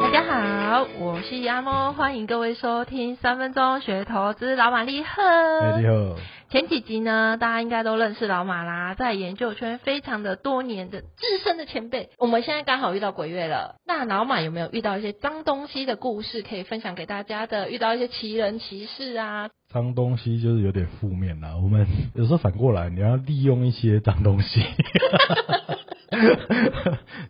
大家好，我是阿猫，欢迎各位收听三分钟学投资，老马厉害。哎，你好，前几集呢，大家应该都认识老马啦，在研究圈非常的多年的资深的前辈。我们现在刚好遇到鬼月了，那老马有没有遇到一些脏东西的故事可以分享给大家的？遇到一些奇人奇事啊？脏东西就是有点负面啦。我们有时候反过来，你要利用一些 脏东西，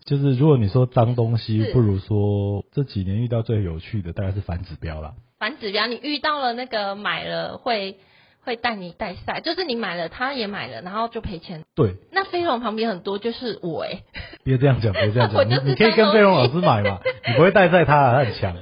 就是如果你说脏东西是，不如说这几年遇到最有趣的大概是反指标啦。反指标，你遇到了那个买了会会带你带赛，就是你买了，他也买了，然后就赔钱。对，那飞龙旁边很多就是我哎、别这样讲，别这 样我讲，就是你你可以跟脏东西飞龙老师买 嘛，你不会带在他啊，他很强。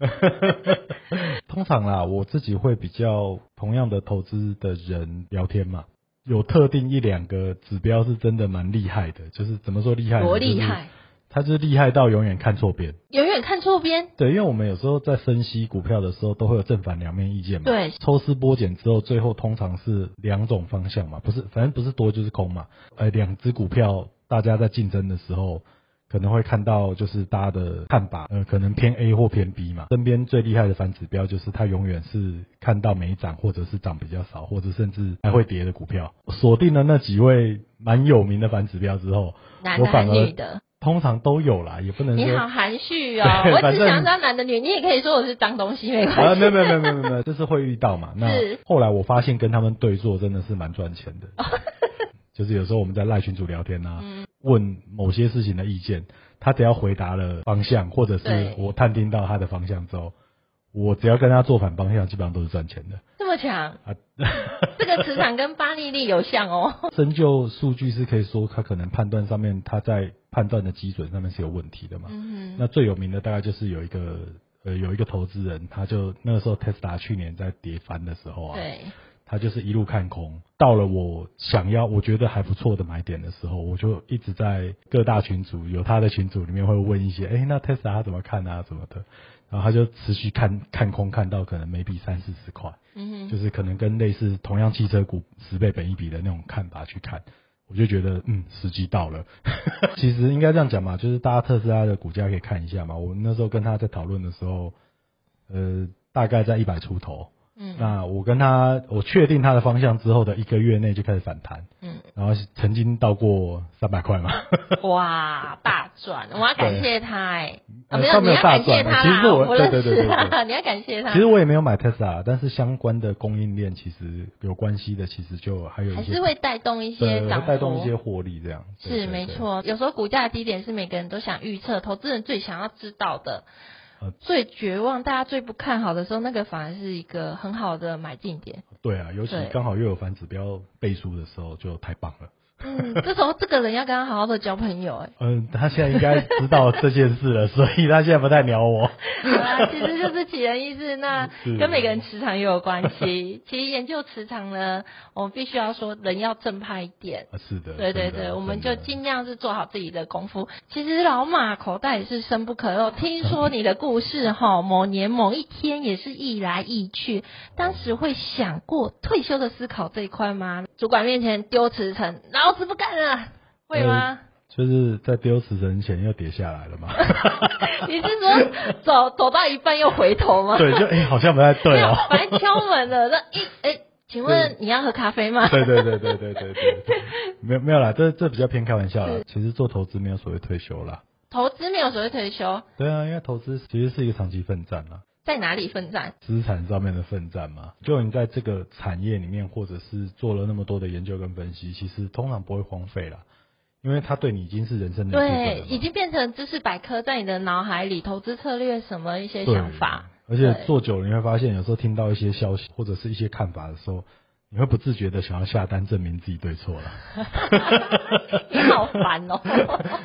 通常啦，我自己会比较同样的投资的人聊天嘛，有特定一两个指标是真的蛮厉害的，就是怎么说厉害呢？多厉就是害，他就是厉害到永远看错边。永远看错边。对，因为我们有时候在分析股票的时候，都会有正反两面意见嘛。对抽丝剥茧之后，最后通常是两种方向嘛，不是，反正不是多就是空嘛。呃，两只股票大家在竞争的时候，可能会看到就是大家的看法，呃，可能偏 A 或偏 B 嘛。身边最厉害的反指标就是他永远是看到没涨，或者是涨比较少，或者甚至还会跌的股票。锁定了那几位蛮有名的反指标之后，男我的还反是而女的？通常都有啦，也不能你说好含蓄哦，对我 反只正想知道男的女，你也可以说我是脏东西， 没关啊，系。没有没有没有没有没有没 有，就是会遇到嘛。那是后来我发现跟他们对坐真的是蛮赚钱 的，就是有时候我们在赖群主聊天啊，嗯，问某些事情的意见，他只要回答了方向，或者对是我探听到他的方向之后，我只要跟他做反方向，基本上都是赚钱的。这么强啊， 这个磁场跟巴利利有像哦。深究数据是可以说他可能判断上面他在判断的基准上面是有问题的嘛。嗯哼，那最有名的大概就是有一个呃有一个投资人，他就那个时候 Tesla 去年在跌翻的时候啊，对，他就是一路看空，到了我想要我觉得还不错的买点的时候，我就一直在各大群组有他的群组里面会问一些，哎、那 Tesla 他怎么看啊，什么的，然后他就持续看看空，看到可能 maybe 三四十块，嗯就哼，是可能跟类似同样汽车股十倍本一比的那种看法去看。我就觉得，嗯，时机到了。 其实应该这样讲嘛，就是大家特斯拉的股价可以看一下嘛。我那时候跟他在讨论的时候，呃，大概在一百出头，嗯那我跟他，我确定他的方向之后的一个月内就开始反弹，嗯，然后曾经到过三 百块嘛，哇，大赚！我要感谢他哎，啊呃没有，他你没有要感大谢赚他啊其啦，实我我认对对对识对对他， 你要感谢他其，实我也没有买 Tesla，但是相关的供应链其实有关系的，其实就还有还一是些会带动一对些会涨带动一幅些。获利这样。对是没，错，有时候股价低点是每个人都想预测，投资人最想要知道的呃。最绝望，大家最不看好的时候，那个反而是一个很好的买进点。对对对啊，尤其对刚好又有反指标背书的时候，就太棒了。 嗯，这时候这个人要跟他好好的交朋友、 哎，嗯，他现在应该知道这件事了，所以他现在不太 鸟我。好啦，啊其实就是奇人啊异事，那是嗯跟每个人磁场也有关系。其实研究磁场呢，我们必须要说人要正派一点。啊是的，对对真的对，我们就真的尽量是做好自己的功夫。其实老马口袋也是深不可露。听说你的故事哈，某年某一天也是一来一去，当时会想过退休的思考这一块吗？主管面前丢辞呈，老子不干了，会嗯吗？就是在丢死神前又跌下来 了嘛。你是说走走到一半又回头吗？对，就哎、好像不太没对有哦。，反正敲门了，那一哎，请问你要喝咖啡吗？ 对对对对对对对，对没有没有啦，这这比较偏开玩笑啦。其实做投资没有所谓退休啦，投资没有所谓退休，对啊，因为投资其实是一个长期奋战啦，在哪里奋战？资产上面的奋战嘛。就你在这个产业里面，或者是做了那么多的研究跟分析，其实通常不会荒废啦，因为它对你已经是人生的一部分了对嘛，已经变成知识百科，在你的脑海里，投资策略什么一些想法。而对且做久了，你会发现有时候听到一些消息或者是一些看法的时候，你会不自觉的想要下单证明自己对错了。你好烦 哦、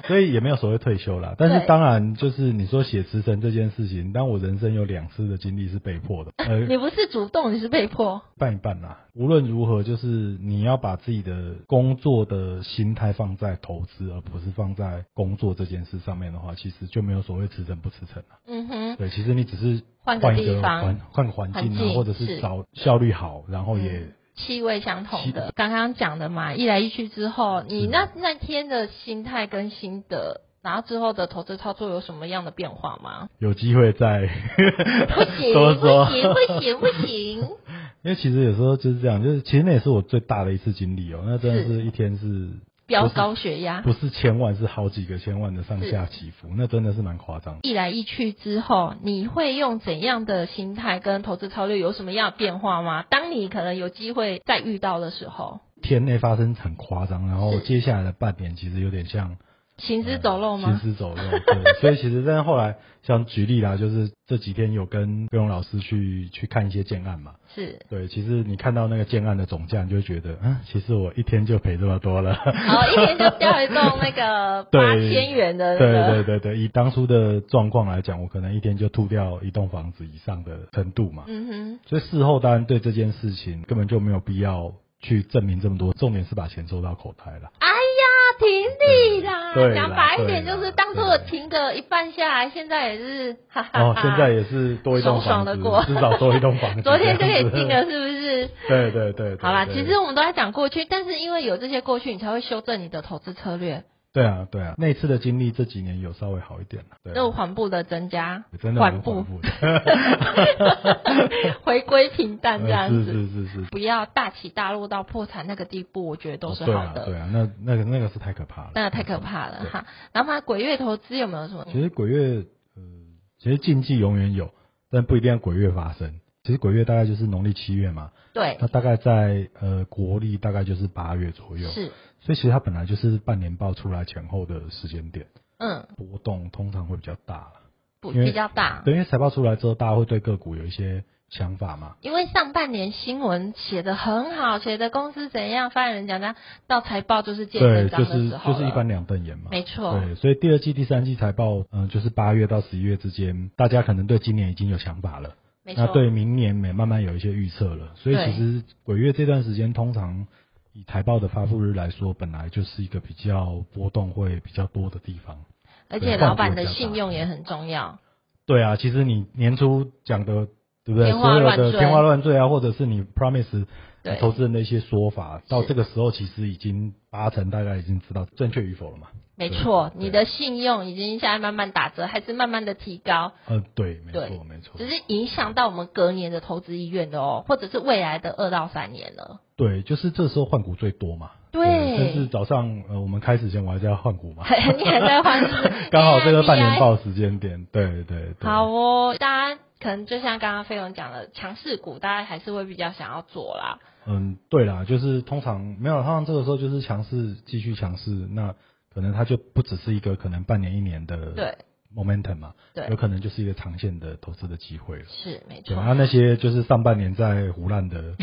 所以也没有所谓退休啦。但对是当然，就是你说写词神这件事情，当我人生有两次的经历是被迫的， 呃，你不是主动，你是被迫。办一办啦。无论如何，就是你要把自己的工作的心态放在投资，而不是放在工作这件事上面的话，其实就没有所谓辞呈不辞呈了。嗯哼，对，其实你只是换个换一地个方环换个环境环啊，境或者是是找效率好，然后也嗯气味相同气的。刚刚讲的嘛，一来一去之后，你那那天的心态跟心得，然后之后的投资操作有什么样的变化 吗？有机会再 不行，多不说。行，不行，不行。 因为其实有时候就是这样，就是其实那也是我最大的一次经历哦、那真的是一天是飙高血压，不是千万，是好几个千万的上下起伏，那真的是蛮夸张。一来一去之后，你会用怎样的心态跟投资策略有什么样的变化吗？当你可能有机会再遇到的时候，天内发生很夸张，然后是接下来的半年其实有点像呃行尸走肉吗？行尸走肉，对。所以其实，但是后来像举例啦，就是这几天有跟飞龙老师去去看一些建案嘛，是，对。其实你看到那个建案的总价，你就会觉得，嗯，其实我一天就赔这么多了。 然后一天就掉一栋那个对八千元的那对个，对对对，以当初的状况来讲，我可能一天就吐掉一栋房子以上的程度嘛。嗯所以事后当然对这件事情根本就没有必要去证明这么多，重点是把钱收到口袋了。哼，哎呀，停利啦！对啦啊讲白一点，对啦就是当初我停个一半下来，现在也是，哈哈哦哈。，现在也是多一栋爽爽房地子过，至少多一栋房 子。昨天就这可样以子进了，是不是？ 对对对，对好啦，对其实我们都在讲过去，但是因为有这些过去，你才会修正你的投资策略，对啊对啊，那一次的经历这几年有稍微好一点了，对啊，就缓步的增加，真的缓蛮步反 复的，回归平淡这 样呃哎是子，是是是，不要大起大落到破产那个地步，我觉得都是哦对好啊的，对啊，那那个那个是太可怕了，那太可怕了对哈。然后嘛，鬼月投资有没有什么？其实鬼月，呃，其实禁忌永远有，但不一定要鬼月发生。其实鬼月大概就是农历七月嘛，对，那大概在呃国历大概就是八月左右，是，所以其实它本来就是半年报出来前后的时间点，嗯，波动通常会比较大啦。不因为比较大，对，因为财报出来之后，大家会对个股有一些想法嘛。因为上半年新闻写的很好，写的公司怎样，发言人讲讲到财报就是见对，真章就的是时候就是一了翻两瞪眼嘛。没错，对，所以第二季、第三季财报，嗯、就是八月到十一月之间，大家可能对今年已经有想法了。没那错，对明年也慢慢有一些预测了，所以对其实鬼月这段时间，通常以财报的发布日来说，本来就是一个比较波动会比较多的地方。而且老板的信用也很重要。对啊，其实你年初讲的，对不对？天花所乱有坠的天花乱坠啊，或者是你 promise 对投资人的一些说法，到是这个时候其实已经八成大家已经知道正确与否了嘛。没错，对你的信用已经现在慢慢打折，还是慢慢的提高，呃，对，没对错，没错只。是影响到我们隔年的投资意愿的哦，或者是未来的二到三年了。对，就是这时候换股最多嘛。对甚至早上呃，我们开始前我还在换股嘛。 你还在换是不是刚好这个 VII 半年报时间点，对对对。哎好哦，大家可能就像刚刚飞龙讲的，强势股大家还是会比较想要做啦。嗯，对啦，就是通常没有，通常这个时候就是强势继续强势，那可能它就不只是一个可能半年一年的对， momentum 嘛，对有可能就是一个长线的投资的机会了。是没对错啊，。那那些就是上半年在胡乱 的，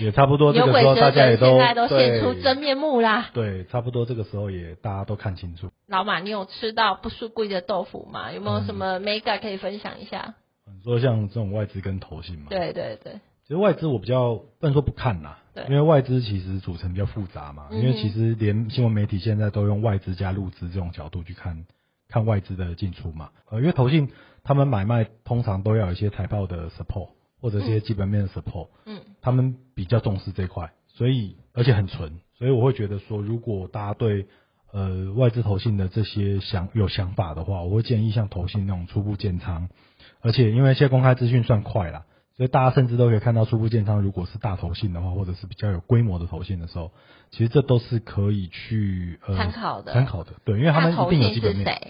也差不多这有个鬼时候蛇大家也神现在都都现出真对面目啦。对，差不多这个时候也大家都看清楚。老马，你有吃到不输贵的豆腐吗？有没有什么嗯 mega 可以分享一下？你说像这种外资跟投信嘛，对对对，其实外资我比较不能说不看啦对，因为外资其实组成比较复杂嘛，嗯哼因为其实连新闻媒体现在都用外资加入资这种角度去看看外资的进出嘛，呃，因为投信他们买卖通常都要有一些财报的 support 或者是一些基本面的 support，嗯，他们比较重视这块，所以而且很纯，所以我会觉得说，如果大家对呃外资投信的这些想有想法的话，我会建议像投信那种初步建仓，而且因为现在公开资讯算快啦，所以大家甚至都可以看到初步建仓，如果是大投信的话，或者是比较有规模的投信的时候，其实这都是可以去呃参考的参考的，对，因为他那们一投定有信基本是面。谁？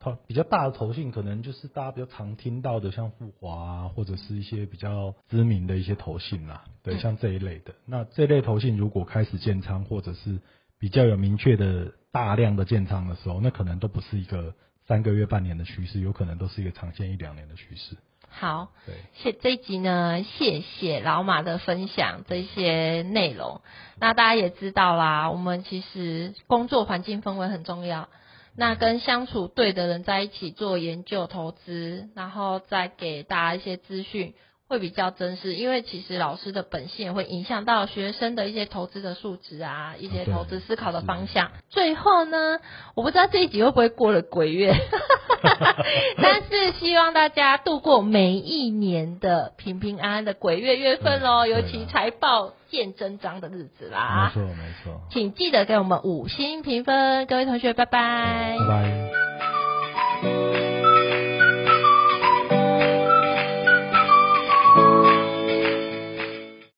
投比较大的投信，可能就是大家比较常听到的，像富华啊，或者是一些比较知名的一些投信啦，对，嗯像这一类的。那这类投信如果开始建仓，或者是比较有明确的大量的建仓的时候，那可能都不是一个三个月、半年的趋势，有可能都是一个长线一两年的趋势。好，对，谢这一集呢，谢谢老马的分享这些内容。那大家也知道啦，我们其实工作环境氛围很重要。那跟相处对的人在一起做研究投资，然后再给大家一些资讯，会比较真实，因为其实老师的本性也会影响到学生的一些投资的素质啊，一些啊对投资思考的方是向。最后呢，我不知道这一集会不会过了鬼 月，但是希望大家度过每一年的平平安安的鬼月月份喽，嗯尤对其啦财报见真章的日子啦没。错没错，请记得给我们五星评分，各位同学，拜拜。拜拜。